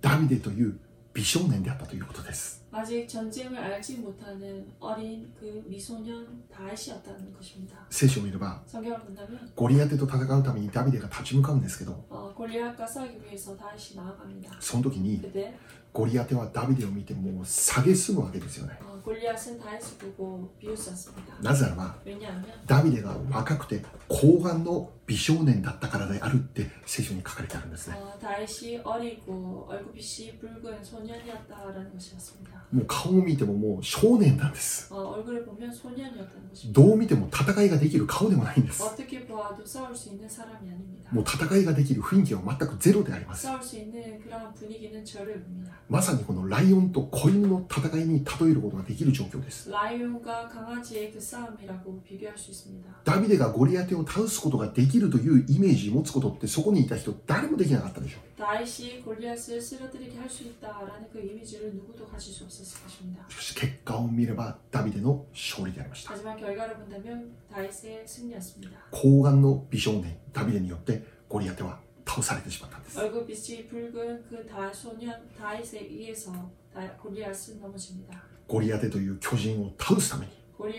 Speaker 1: ダビデという美少年であったということです
Speaker 2: 아직 전쟁을 알지 못하는 어린 그 미소년 다윗이었다는 것입니다.
Speaker 1: 聖書を見れば
Speaker 2: 성경을 본다면
Speaker 1: ゴリアテと戦うためにダビデが立ち向かうんですけど
Speaker 2: 어, 골리앗과 싸우기 위해서 다윗이 나아갑니다.
Speaker 1: その時に
Speaker 2: 그때
Speaker 1: ゴリアテはダビデを見てもう下げすむわけですよね
Speaker 2: 어, 골리앗은 다윗을 보고 비웃었습니다.
Speaker 1: なぜならば
Speaker 2: 왜냐하면
Speaker 1: ダビデが若くて高顔の美少年だったからであるって聖書に書かれてあるんですね
Speaker 2: 어, 다윗이 어리고 얼굴빛이 붉은 소년이었다라는 것이었습니다.
Speaker 1: もう顔を見てももう少年なんです
Speaker 2: 어, 얼굴을 보면 소년이었다는 것입니다.
Speaker 1: どう見ても戦いができる顔でもないんです
Speaker 2: 어떻게 보아도 싸울 수 있는 사람이 아닙니다.
Speaker 1: もう戦いができる雰囲気は全くゼロであります。
Speaker 2: 싸울 수 있는 그런 분위기는 저를입니다.
Speaker 1: まさにこのライオンと子犬の戦いに例えることができる状況です。
Speaker 2: 라이온과 강아지의 그 싸움이라고 비교할 수 있습니다.
Speaker 1: ダビデがゴリアテを倒すことができるというイメージを持つことってそこにいた人誰もできなかったでしょう。
Speaker 2: 다윗이 골리앗을 쓰러뜨리게 할 수 있다라는 그 이미지를 누구도 가질 수 없었을 것입니다.
Speaker 1: しかし結果を見ればダビデの勝利でありました。
Speaker 2: 하지만 결과를 본다면 다윗의 승리였습니다.
Speaker 1: 高顔の美少年ダビデによってゴリアテは倒されてしまったんです。
Speaker 2: 얼굴빛이 붉은 그 다, 소년 다윗에 의해서 다, 골리앗은 넘어집니다.
Speaker 1: ゴリアテという巨人を倒すために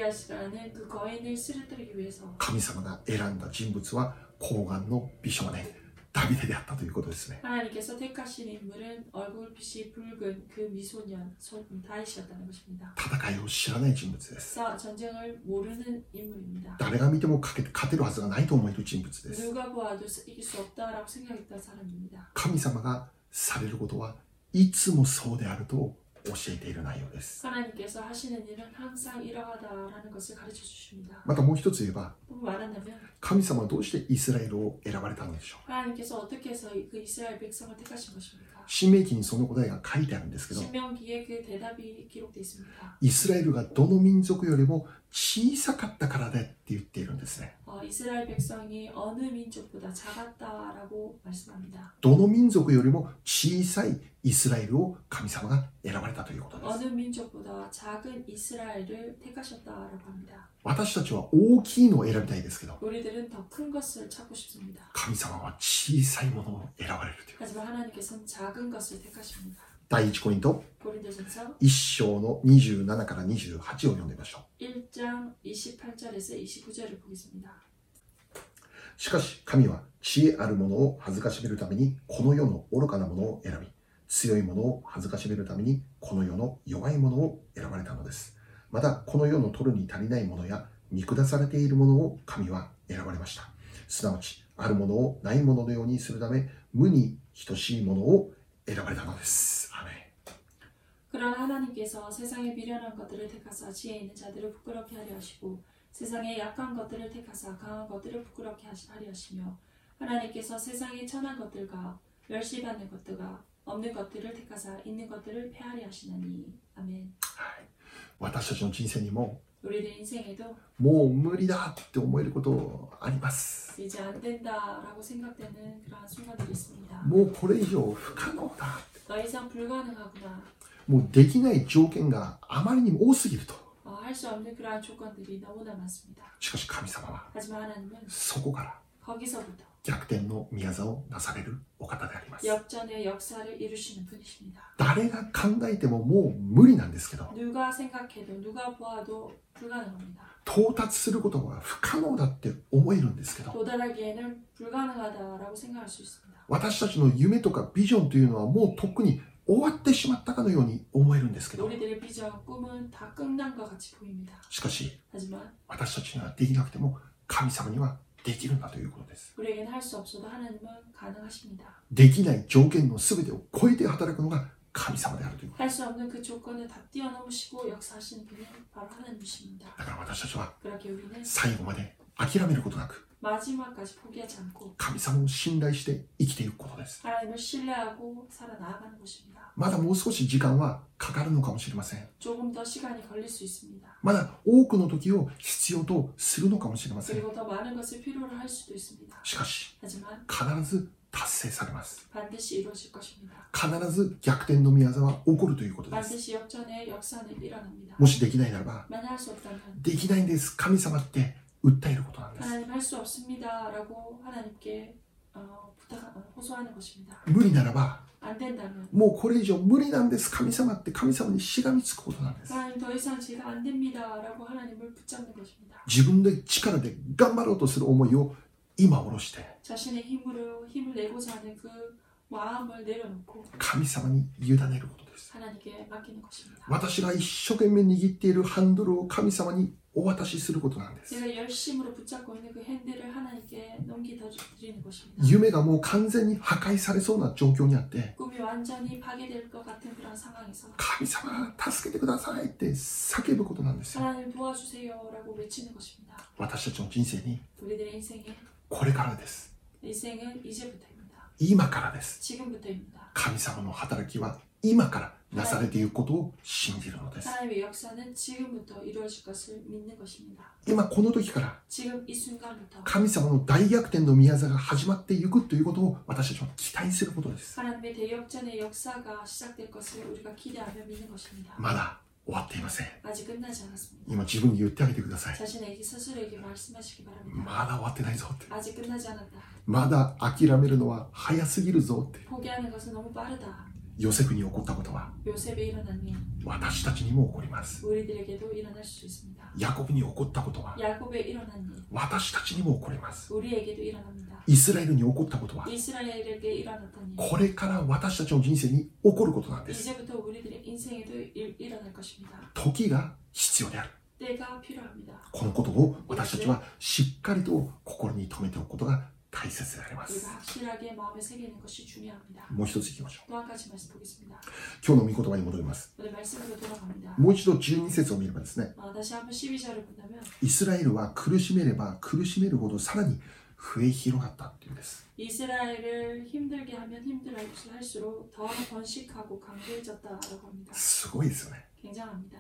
Speaker 2: 골리앗이라는 그 거인을 쓰러뜨리기 위해서
Speaker 1: 神様が選んだ人物は高顔の美少年ダビデであったということですね。
Speaker 2: 하나님께서 택하신 인물은 얼굴빛이 붉은 그 미소년 소- 다윗이었다는 것입니다.
Speaker 1: 戦いを知らない人物です。
Speaker 2: 싸 전쟁을 모르는 인물입니다.
Speaker 1: 誰が見てもかけて勝てるはずがないと思える人物です。
Speaker 2: 누가 보아도 이길 수 없다라고 생각했던 사람입니다.
Speaker 1: 神様がされることはいつもそうであると教えている内容です。
Speaker 2: 하나님께서 하시는 일은 항상 이러하다라는 것을 가르쳐 주십니다.
Speaker 1: またもう一つ言えば、
Speaker 2: 또 말한다면
Speaker 1: 神様はどうしてイスラエルを選ばれたのでしょう
Speaker 2: 하나님께서 어떻게 해서 그 이스라엘 백성을 택하신 것입니까?
Speaker 1: 新明記にその答えが書いてあるんですけど、
Speaker 2: 신명기에 그 대답이 기록되어 있습니다.
Speaker 1: イスラエルがどの民族よりも小さかったからでって言っているんですね。
Speaker 2: 어, 어, 이스라엘 백성이 어느 민족보다 작았다라고 말씀합니다.
Speaker 1: どの民族よりも小さいイスラエルを神様が選ばれたということです
Speaker 2: 어느 민족보다 작은 이스라엘을 택하셨다라고 합니다.
Speaker 1: 私たちは大きいのを選びたいですけど
Speaker 2: 우리들은 더 큰 것을 찾고 싶습니다.
Speaker 1: 神様は小さいものを選ばれるという
Speaker 2: 하지만 하나님께서는 작은 것을 택하십니다.
Speaker 1: 第1コリント
Speaker 2: 고린도전서
Speaker 1: 1章の27から28を読んでみましょう
Speaker 2: 1장 28절에서 29절을 보겠습니다.
Speaker 1: しかし神は知恵ある者を恥ずかしめるためにこの世の愚かな者を選び強い者を恥ずかしめるためにこの世の弱い者を選ばれたのですまたこの世の取るに足りない者や見下されている者を神は選ばれましたすなわちある者をない者のようにするため無に等しい者を選ばれたのですアーメン
Speaker 2: 그러나 하나님께서 세상의 미련한 것들을 택하사 지혜 있는 자들을 부끄럽게 하려 하시고 세상의 약한 것들을 택하사 강한 것들을 부끄럽게 하시- 하려 하시며 하나님께서 세상의 천한 것들과 멸시받는 것들과 없는 것들을 택하사 있는 것들을 폐하려 하시나니 아멘
Speaker 1: はい、私たちの人生にも
Speaker 2: 우리의 인생에도
Speaker 1: もう無理だって思えることあります。
Speaker 2: 이제 안 된다라고 생각되는 그러한 순간들이 있습니다
Speaker 1: もうこれ以上不可能だ。
Speaker 2: 더 이상 불가능하구나
Speaker 1: もうできない条件があまりにも多すぎると。
Speaker 2: 어, 할 수 없는 그러한 조건들이 너무나 많습니다
Speaker 1: しかし神様は
Speaker 2: 하지만 하나님은
Speaker 1: そこから
Speaker 2: 거기서부터
Speaker 1: 逆転の宮座をなされるお方であります。
Speaker 2: 역전의 역사를 이루시는 분이십니다
Speaker 1: 誰が考えてももう無理なんですけど、
Speaker 2: 누가 생각해도 누가 보아도 불가능합니다.
Speaker 1: 到達することは不可能だって思えるんですけど、
Speaker 2: 도달하기에는 불가능하다라고 생각할 수 있습니다.
Speaker 1: 私たちの夢とかビジョンというのはもうとっくに終わってしまったかのように思えるんですけど、
Speaker 2: 우리들의 비전, 꿈은 다 끝난 것 같이 보입니다.
Speaker 1: しかし
Speaker 2: 하지만
Speaker 1: 私たちにはできなくても神様にはできるんだということです。
Speaker 2: 우리에겐 할 수 없어도 하나님은 가능하십니다.
Speaker 1: できない条件の全てを超えて働くのが神様であるというこ
Speaker 2: 할 수 없는 그 조건을 다 뛰어넘으시고 역사하시는 분이 바로 하나님이십니다.
Speaker 1: と。だから私たちは
Speaker 2: 그렇게 우리는
Speaker 1: 最後まで諦めることなく
Speaker 2: 마지막까지 포기하지 않고
Speaker 1: 神様を信頼して生きていくことです。
Speaker 2: 하나님을 신뢰하고 살아나가는 것입니다.
Speaker 1: まだもう少し時間はかかるのかもしれません。
Speaker 2: 조금 더 시간이 걸릴 수 있습니다.
Speaker 1: まだ多くの時を必要とするのかもしれません。
Speaker 2: 그리고 더 많은 것을 필요로 할 수도 있습니다.
Speaker 1: しかし
Speaker 2: 하지만
Speaker 1: 必ず達成されます。
Speaker 2: 반드시 이루어질 것입니다.
Speaker 1: 必ず逆転の宮沢は起こるということです。
Speaker 2: 반드시 역전의 역사는 일어납니다.
Speaker 1: もしできないならば、
Speaker 2: 만약 할수 없다면
Speaker 1: できないんです、神様って訴えることなんです。
Speaker 2: 하나님 할 수 없습니다라고 하나님께 어, 부탁 어, 호소하는 것입니다.
Speaker 1: 無理ならば、
Speaker 2: 안 된다면
Speaker 1: もうこれ以上無理なんです、神様って神様にしがみつくことなんです。
Speaker 2: 하나님 더 이상 제가 안 됩니다라고 하나님을 붙잡는 것입니다.
Speaker 1: 自分の力で頑張ろうとする思いを今下ろして、
Speaker 2: 자신의 힘으로 힘을 내고자 하는 그 마음을 내려놓고
Speaker 1: 神様に委ねることです。
Speaker 2: 하나님께 맡기는 것입니다.
Speaker 1: 私が一生懸命握っているハンドルを神様にお渡しすることなんです。
Speaker 2: 제가 열심으로 붙잡고 있는 그 핸들을 하나님께 넘기다 드리는 것입니다.
Speaker 1: 夢がもう完全に破壊されそうな状況にあって、
Speaker 2: 꿈이 완전히 파괴될 것 같은 그런 상황에서
Speaker 1: 神様、助けてくださいって叫ぶことなんですよ。
Speaker 2: 하나님 도와주세요라고 외치는 것입니다.
Speaker 1: 私たちの人生に、
Speaker 2: 우리들의 인생의
Speaker 1: これからです。
Speaker 2: 인생은 이제부터입니다.
Speaker 1: 今からです。
Speaker 2: 지금부터입니다.
Speaker 1: 神様の働きは今からなされていくことを信じるのです。
Speaker 2: 하나님의 역사는 지금부터 이루어질 것을 믿는 것입니다.
Speaker 1: 今この時から、
Speaker 2: 지금 이 순간부터
Speaker 1: 神様の大逆転の宮座が始まっていくということを私たちは期待することです。
Speaker 2: 하나님의 대역전의 역사가 시작될 것을 우리가 기대하며 믿는 것입니다.
Speaker 1: まだ終わっていません。
Speaker 2: 아직 끝나지 않았습니다.
Speaker 1: 今自分に言ってあげてください。
Speaker 2: 자신에게 스스로에게 말씀하시기
Speaker 1: ま
Speaker 2: 바랍니다.
Speaker 1: だ終わってないぞって。
Speaker 2: 아직 끝나지 않았다.
Speaker 1: まだ諦めるのは早すぎるぞって。
Speaker 2: 포기하는 것은 너무 빠르다.
Speaker 1: ヨセフに起こったことは
Speaker 2: 요셉이 일어난 일,
Speaker 1: 私たちにも起こります。
Speaker 2: 우리들에게도 일어날 수 있습니다.
Speaker 1: ヤコブに起こったことは
Speaker 2: 야곱의 일어난 일,
Speaker 1: 私たちにも起こります。
Speaker 2: 우리에게도 일어납니다.
Speaker 1: イスラエルに起こったことは
Speaker 2: 이스라엘에게 일어났던 일,
Speaker 1: これから私たちの人生に起こることなんです。
Speaker 2: 이제부터 우리들의 인생에도 일, 일어날 것입니다.
Speaker 1: 時が必要である。
Speaker 2: 때가 필요합니다.
Speaker 1: このことを私たちはしっかりと心に留めておくことが大切でありま
Speaker 2: 우리가
Speaker 1: す。
Speaker 2: 확실하게 마음에 새기는 것이 중요합니다.
Speaker 1: もう一ついきましょう。
Speaker 2: 또 한 가지 말씀 보겠습니다.
Speaker 1: 今日の御言葉に戻ります。
Speaker 2: 오늘 말씀으로 돌아갑니다.
Speaker 1: もう一度12節を見ればですね、
Speaker 2: 어, 다시 한번 12절을 본다면
Speaker 1: イスラエルは苦しめれば苦しめるほどさらに増え広がったっていうんです。
Speaker 2: 이스라엘을 힘들게 하면 힘들할수록 더 번식하고 강조해졌다라고 합니다.
Speaker 1: すごいですよね。
Speaker 2: 굉장합니다.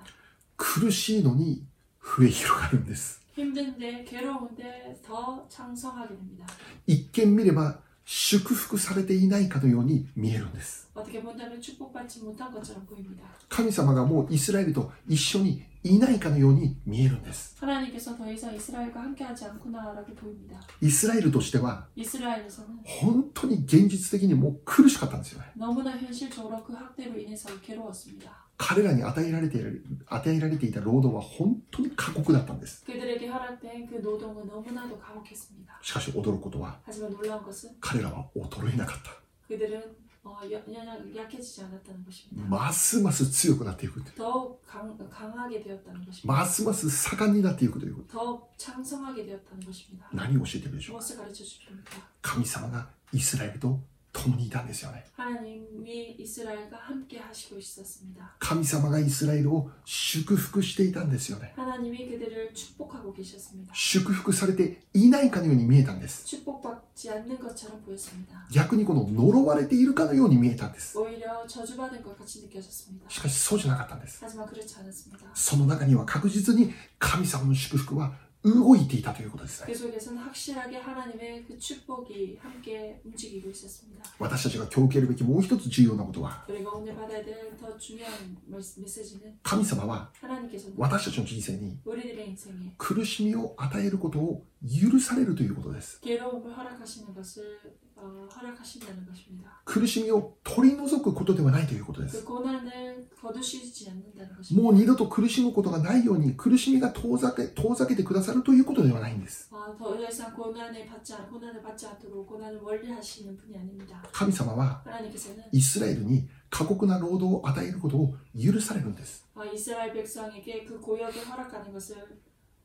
Speaker 1: 苦しいのに増え広がるんです。
Speaker 2: 힘든데 괴로운데 더 창성하게 됩니다.
Speaker 1: 一見見れば祝福されていないかのように見えるんです
Speaker 2: 어떻게 본다면 축복받지 못한 것처럼 보입니다.
Speaker 1: 神様がもうイスラエルと一緒にいないかのように見えるんです
Speaker 2: 하나님께서 더 이상 이스라엘과 함께하지 않구나라고 보입니다.
Speaker 1: イスラエルとしては
Speaker 2: 이스라엘에서는
Speaker 1: 本当に現実的にもう苦しかったんですよね
Speaker 2: 너무나 현실적으로 그 학대로 인해서 괴로웠습니다.
Speaker 1: 彼らに与えられている与えられていた労働は本当に過酷だったんです
Speaker 2: 그들에게 허락된 그 노동은 너무나도 가혹했습니다.
Speaker 1: しかし驚くことは
Speaker 2: 하지만 놀라운 것은
Speaker 1: 彼らは衰えなかった
Speaker 2: 그들은 어, 여- 연- 약해지지 않았다는 것입니다.
Speaker 1: ますます強くなっていくんです
Speaker 2: 더욱 강, 강하게 되었다는 것입니다.
Speaker 1: ますます盛んになっていくということ
Speaker 2: 더욱 창성하게 되었다는 것입니다.
Speaker 1: 何を教えてるでしょう
Speaker 2: 무엇을 가르쳐 주십니까?
Speaker 1: 神様がイスラエルと共にいたんですよね
Speaker 2: 하나님이 이스라엘과 함께 하시고 있었습니다.
Speaker 1: 神様がイスラエルを祝福していたんですよね
Speaker 2: 하나님이 그들을 축복하고 계셨습니다.
Speaker 1: 祝福されていないかのように見えたんです
Speaker 2: 축복받지 않는 것처럼 보였습니다.
Speaker 1: 逆にこの呪われているかのように見えたんです
Speaker 2: 오히려 저주받은 것 같이 느껴졌습니다.
Speaker 1: しかしそうじゃなかったんです
Speaker 2: 하지만 그렇지 않았습니다.
Speaker 1: その中には確実に神様の祝福は動いていたということですね
Speaker 2: 그 속에서는 확실하게 하나님의 그 축복이 함께 움직이고 있었습니다.
Speaker 1: 私たちが今日受けるべきもう一つ重要なことは
Speaker 2: 그리고 오늘 받아야 될 더 중요한 말씀- 메시지는
Speaker 1: 神様は
Speaker 2: 하나님께서는
Speaker 1: 私たちの人生に
Speaker 2: 우리들의 인생에
Speaker 1: 苦しみを与えることを許されるということです
Speaker 2: 괴로움을 허락하시는 것을 어, 허락하신다는 것입니다.
Speaker 1: 苦しみを取り除くことではないということで
Speaker 2: 그
Speaker 1: す
Speaker 2: 고난을 거두시지 않는다는 것입니다.
Speaker 1: もう二度と苦しむことがないように苦しみが遠ざけ遠ざけてくださるということではないんです
Speaker 2: 아, 더 이상 고난을 받지 않- 고난을 받지 않도록 고난을 멀리하시는 분이 아닙니다.
Speaker 1: 神様は
Speaker 2: 하나님께서는
Speaker 1: イスラエルに過酷な労働を与えることを許されるんです
Speaker 2: 어, 이스라엘 백성에게 그 고역을 허락하는 것을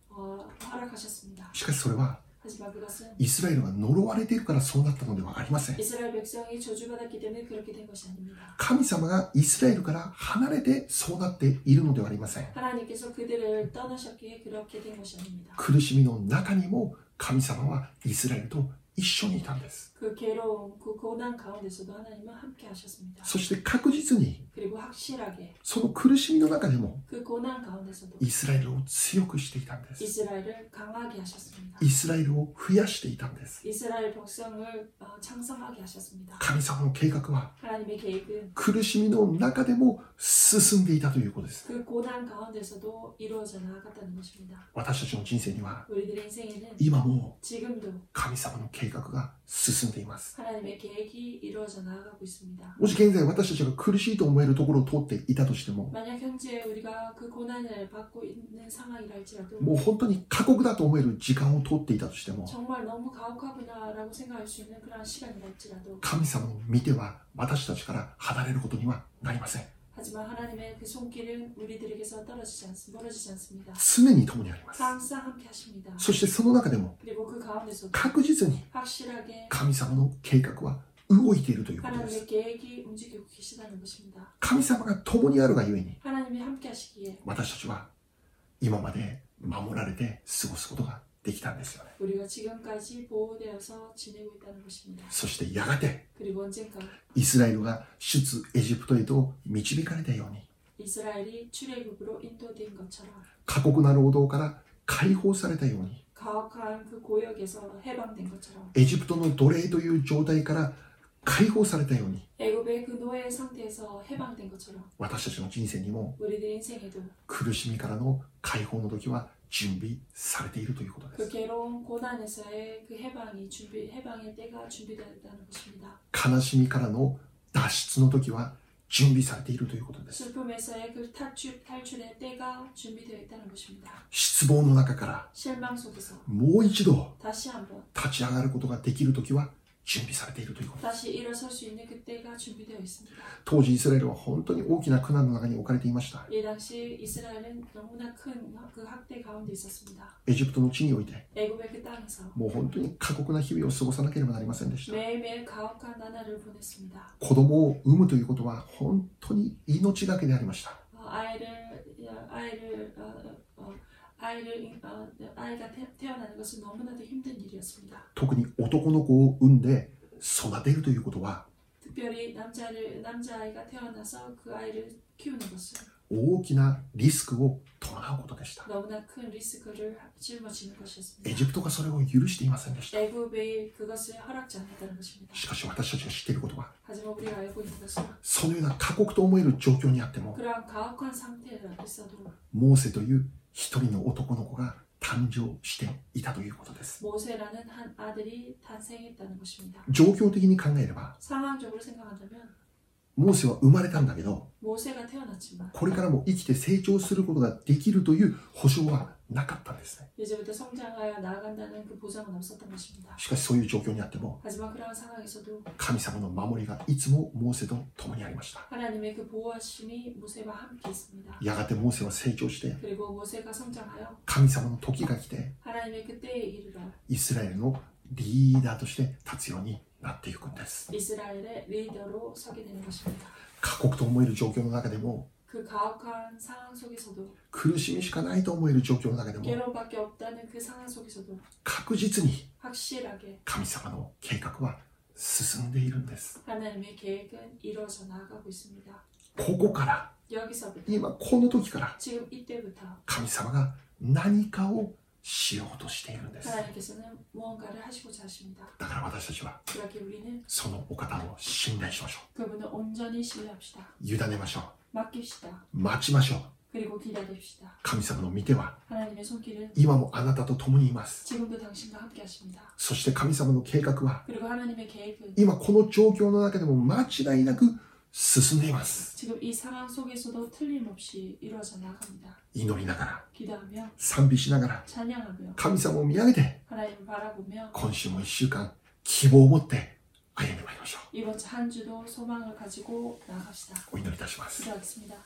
Speaker 2: 어, 허락하셨습니다.
Speaker 1: しかしそれは
Speaker 2: 하지만 그것은
Speaker 1: イスラエルが呪われているからそうなったのではありません
Speaker 2: 이스라엘 백성이 저주받았기 때문에 그렇게 된 것이 아닙니다.
Speaker 1: 神様がイスラエルから離れてそうなっているのではありません
Speaker 2: 하나님께서 그들을 떠나셨기에 그렇게 된 것이 아닙니다.
Speaker 1: 苦しみの中にも神様はイスラエルと一緒にいたんです
Speaker 2: 그 괴로움, 그 고난 가운데서도 하나님은 함께 하셨습니다.
Speaker 1: そして確実に
Speaker 2: 그리고 확실하게
Speaker 1: その苦しみの中でも
Speaker 2: 그 고난 가운데서도
Speaker 1: イスラエルを強くしていたんです
Speaker 2: 이스라엘을 강하게 하셨습니다.
Speaker 1: イスラエルを増やしていたんです
Speaker 2: 이스라엘 백성을 어, 창성하게 하셨습니다.
Speaker 1: 神様の計画は
Speaker 2: 하나님의 계획은
Speaker 1: 苦しみの中でも進んでいたということです
Speaker 2: 그 고난 가운데서도 이루어져 나아갔다는 것입니다.
Speaker 1: 私たちの人生には
Speaker 2: 우리들의 인생에는
Speaker 1: 今も
Speaker 2: 지금도
Speaker 1: 神様の計画が進んでいます
Speaker 2: 하나님의 계획이 이루어져 나아가고 있습니다.
Speaker 1: もし現在私たちが苦しいと思えるところを通っていたとしても
Speaker 2: 만약 현재 우리가 그 고난을 받고 있는 상황이랄지라도
Speaker 1: もう本当に過酷だと思える時間を通っていたとしても
Speaker 2: 정말 너무 가혹하구나라고 생각할 수 있는 그런 시간이랄지라도
Speaker 1: 神様の見ては私たちから離れることにはなりません
Speaker 2: 하지만 하나님의 그 손길은 우리들에게서 떨어지지 않습니다. 멀어지지 않습니다.
Speaker 1: 常に共にあります
Speaker 2: 항상 함께 하십니다.
Speaker 1: そしてその中でも
Speaker 2: 그리고 그 가운데서도
Speaker 1: 確実に
Speaker 2: 확실하게
Speaker 1: 神様の計画は動いているということです
Speaker 2: 하나님의 계획이 움직이고 계시다는 것입니다.
Speaker 1: 神様が共にあるがゆえに
Speaker 2: 하나님이 함께 하시기에
Speaker 1: 私たちは今まで守られて過ごすことができたんですよね
Speaker 2: 우리가 지금까지 보호되어서 지내고 있다는 것입니다.
Speaker 1: そしてやがて
Speaker 2: 그리고 언젠가
Speaker 1: イスラエルが出エジプトへと導かれたように
Speaker 2: 이스라엘이 출애굽으로 인도된 것처럼
Speaker 1: 過酷な労働から解放されたように
Speaker 2: 가혹한 그 고역에서 해방된 것처럼
Speaker 1: エジプトの奴隷という状態から解放されたように
Speaker 2: 애굽의 그 노예 상태에서 해방된 것처럼
Speaker 1: 私たちの人生にも
Speaker 2: 우리들 인생에도 그
Speaker 1: 苦しみからの解放の時は準備されているということで
Speaker 2: 그
Speaker 1: す
Speaker 2: 괴로운 고난에서의 그 해방이 준비 해방의 때가 준비되었다는 것입니다.
Speaker 1: 悲しみからの脱出の時は準備されているということです
Speaker 2: 슬픔에서의 그 탈출 탈출의 때가 준비되어 있다는 것입니다.
Speaker 1: 失望の中から
Speaker 2: 실망 속에서
Speaker 1: もう一度
Speaker 2: 다시 한번
Speaker 1: 立ち上がることができる時は準備されているということです
Speaker 2: 다시 일어설 수 있는 그때가 준비되어 있습니다.
Speaker 1: 当時イスラエルは本当に大きな苦難の中に置かれていました
Speaker 2: 이 당시 이스라엘은 너무나 큰 그 학대 가운데 있었습니다.
Speaker 1: エジプトの地において
Speaker 2: 애굽의 그 땅에서
Speaker 1: もう本当に過酷な日々を過ごさなければなりませんでした
Speaker 2: 매일매일 가혹한 나날을 보냈습니다.
Speaker 1: 子供を産むということは本当に命がけでありました
Speaker 2: 어, 아이를 야, 아이를 어, 어, 아이를 잉- 어, 아이가 태, 태어나는 것은 너무나도 힘든 일이었습니다.
Speaker 1: 特に男の子を産んで育てるということは
Speaker 2: 특별히 남자를 남자 아이가 태어나서 그 아이를 키우는 것은
Speaker 1: 大きなリスクを伴うことでした。
Speaker 2: 너무나 큰 리스크를 짊어지는 것이었습니다.
Speaker 1: エジプトがそれを許していませんでした。
Speaker 2: 애굽에 그것을 허락지 않았다는 것입니다.
Speaker 1: しかし私たちが知っていることは、
Speaker 2: 하지만 우리가 알고 있는 것은
Speaker 1: そのような過酷と思える状況にあっても、
Speaker 2: 그러한 가혹한 상태라고 했어도
Speaker 1: モーセという一人の男の子が誕生していたということです。
Speaker 2: 모세라는 한 아들이 탄생했다는 것입니다.
Speaker 1: 状況的に考えれば、
Speaker 2: 상황적으로 생각한다면
Speaker 1: モーセは生まれたんだけど、
Speaker 2: 모세가 태어났지만
Speaker 1: これからも生きて成長することができるという保証はなかったんですね。
Speaker 2: 이제부터 성장하여 나아간다는 그 보장은 없었던 것입니다.
Speaker 1: しかしそういう状況にあっても、
Speaker 2: 하지만 그러한 상황에서도
Speaker 1: 神様の守りがいつもモーセと共にありました。
Speaker 2: 하나님의 그 보호하심이 모세와 함께 있습니다.
Speaker 1: やがてモーセは成長して、
Speaker 2: 그리고 모세가 성장하여
Speaker 1: 神様の時が来て、
Speaker 2: 하나님의 그때에 이르러
Speaker 1: イスラエルのリーダーとして立つようになっていくんです。
Speaker 2: 이스라엘의 리더로 서게 되는 것입니다.
Speaker 1: 過酷と思える状況の中でも、
Speaker 2: 그 가혹한 상황 속에서도
Speaker 1: 苦しみしかないと思える状況の中でも、
Speaker 2: 괴로움밖에 없다는 그 상황 속에서도
Speaker 1: 確実に
Speaker 2: 확실하게
Speaker 1: 神様の計画は進んでいるんです。
Speaker 2: 하나님의 계획은 이루어져 나아가고 있습니다.
Speaker 1: ここから、
Speaker 2: 여기서부터
Speaker 1: 今この時から、
Speaker 2: 지금 이때부터
Speaker 1: 神様が何かをしようとしているんです。
Speaker 2: 하나님께서는 무언가를 하시고자 하십니다.
Speaker 1: だから私たちは、
Speaker 2: 그렇게 우리는
Speaker 1: そのお方を信頼しましょ
Speaker 2: 그분을 온전히 신뢰합시다.
Speaker 1: う。委ねましょう。
Speaker 2: 맡깁시다.
Speaker 1: 待ちましょう。
Speaker 2: 그리고 기다립시다.
Speaker 1: 神様の御手は、
Speaker 2: 하나님의 손길은
Speaker 1: 今もあなたと共にいます。
Speaker 2: 지금도 당신과 함께 하십니다.
Speaker 1: そして神様の計画は、
Speaker 2: 그리고 하나님의 계획은
Speaker 1: 今この状況の中でも間違いなく進んでいます。
Speaker 2: 지금 이 상황 속에서도 틀림없이 이루어져 나갑니다.
Speaker 1: 祈りながら、
Speaker 2: 기도하며
Speaker 1: 賛美しながら、
Speaker 2: 찬양하며
Speaker 1: 神様を見上げて、
Speaker 2: 하나님을 바라보며
Speaker 1: 今週も一週間、希望を持って歩んでまいりましょ
Speaker 2: 이번 주 한 주도 소망을 가지고 나갑시다.
Speaker 1: う。お祈りいたします。
Speaker 2: 기도하겠습니다.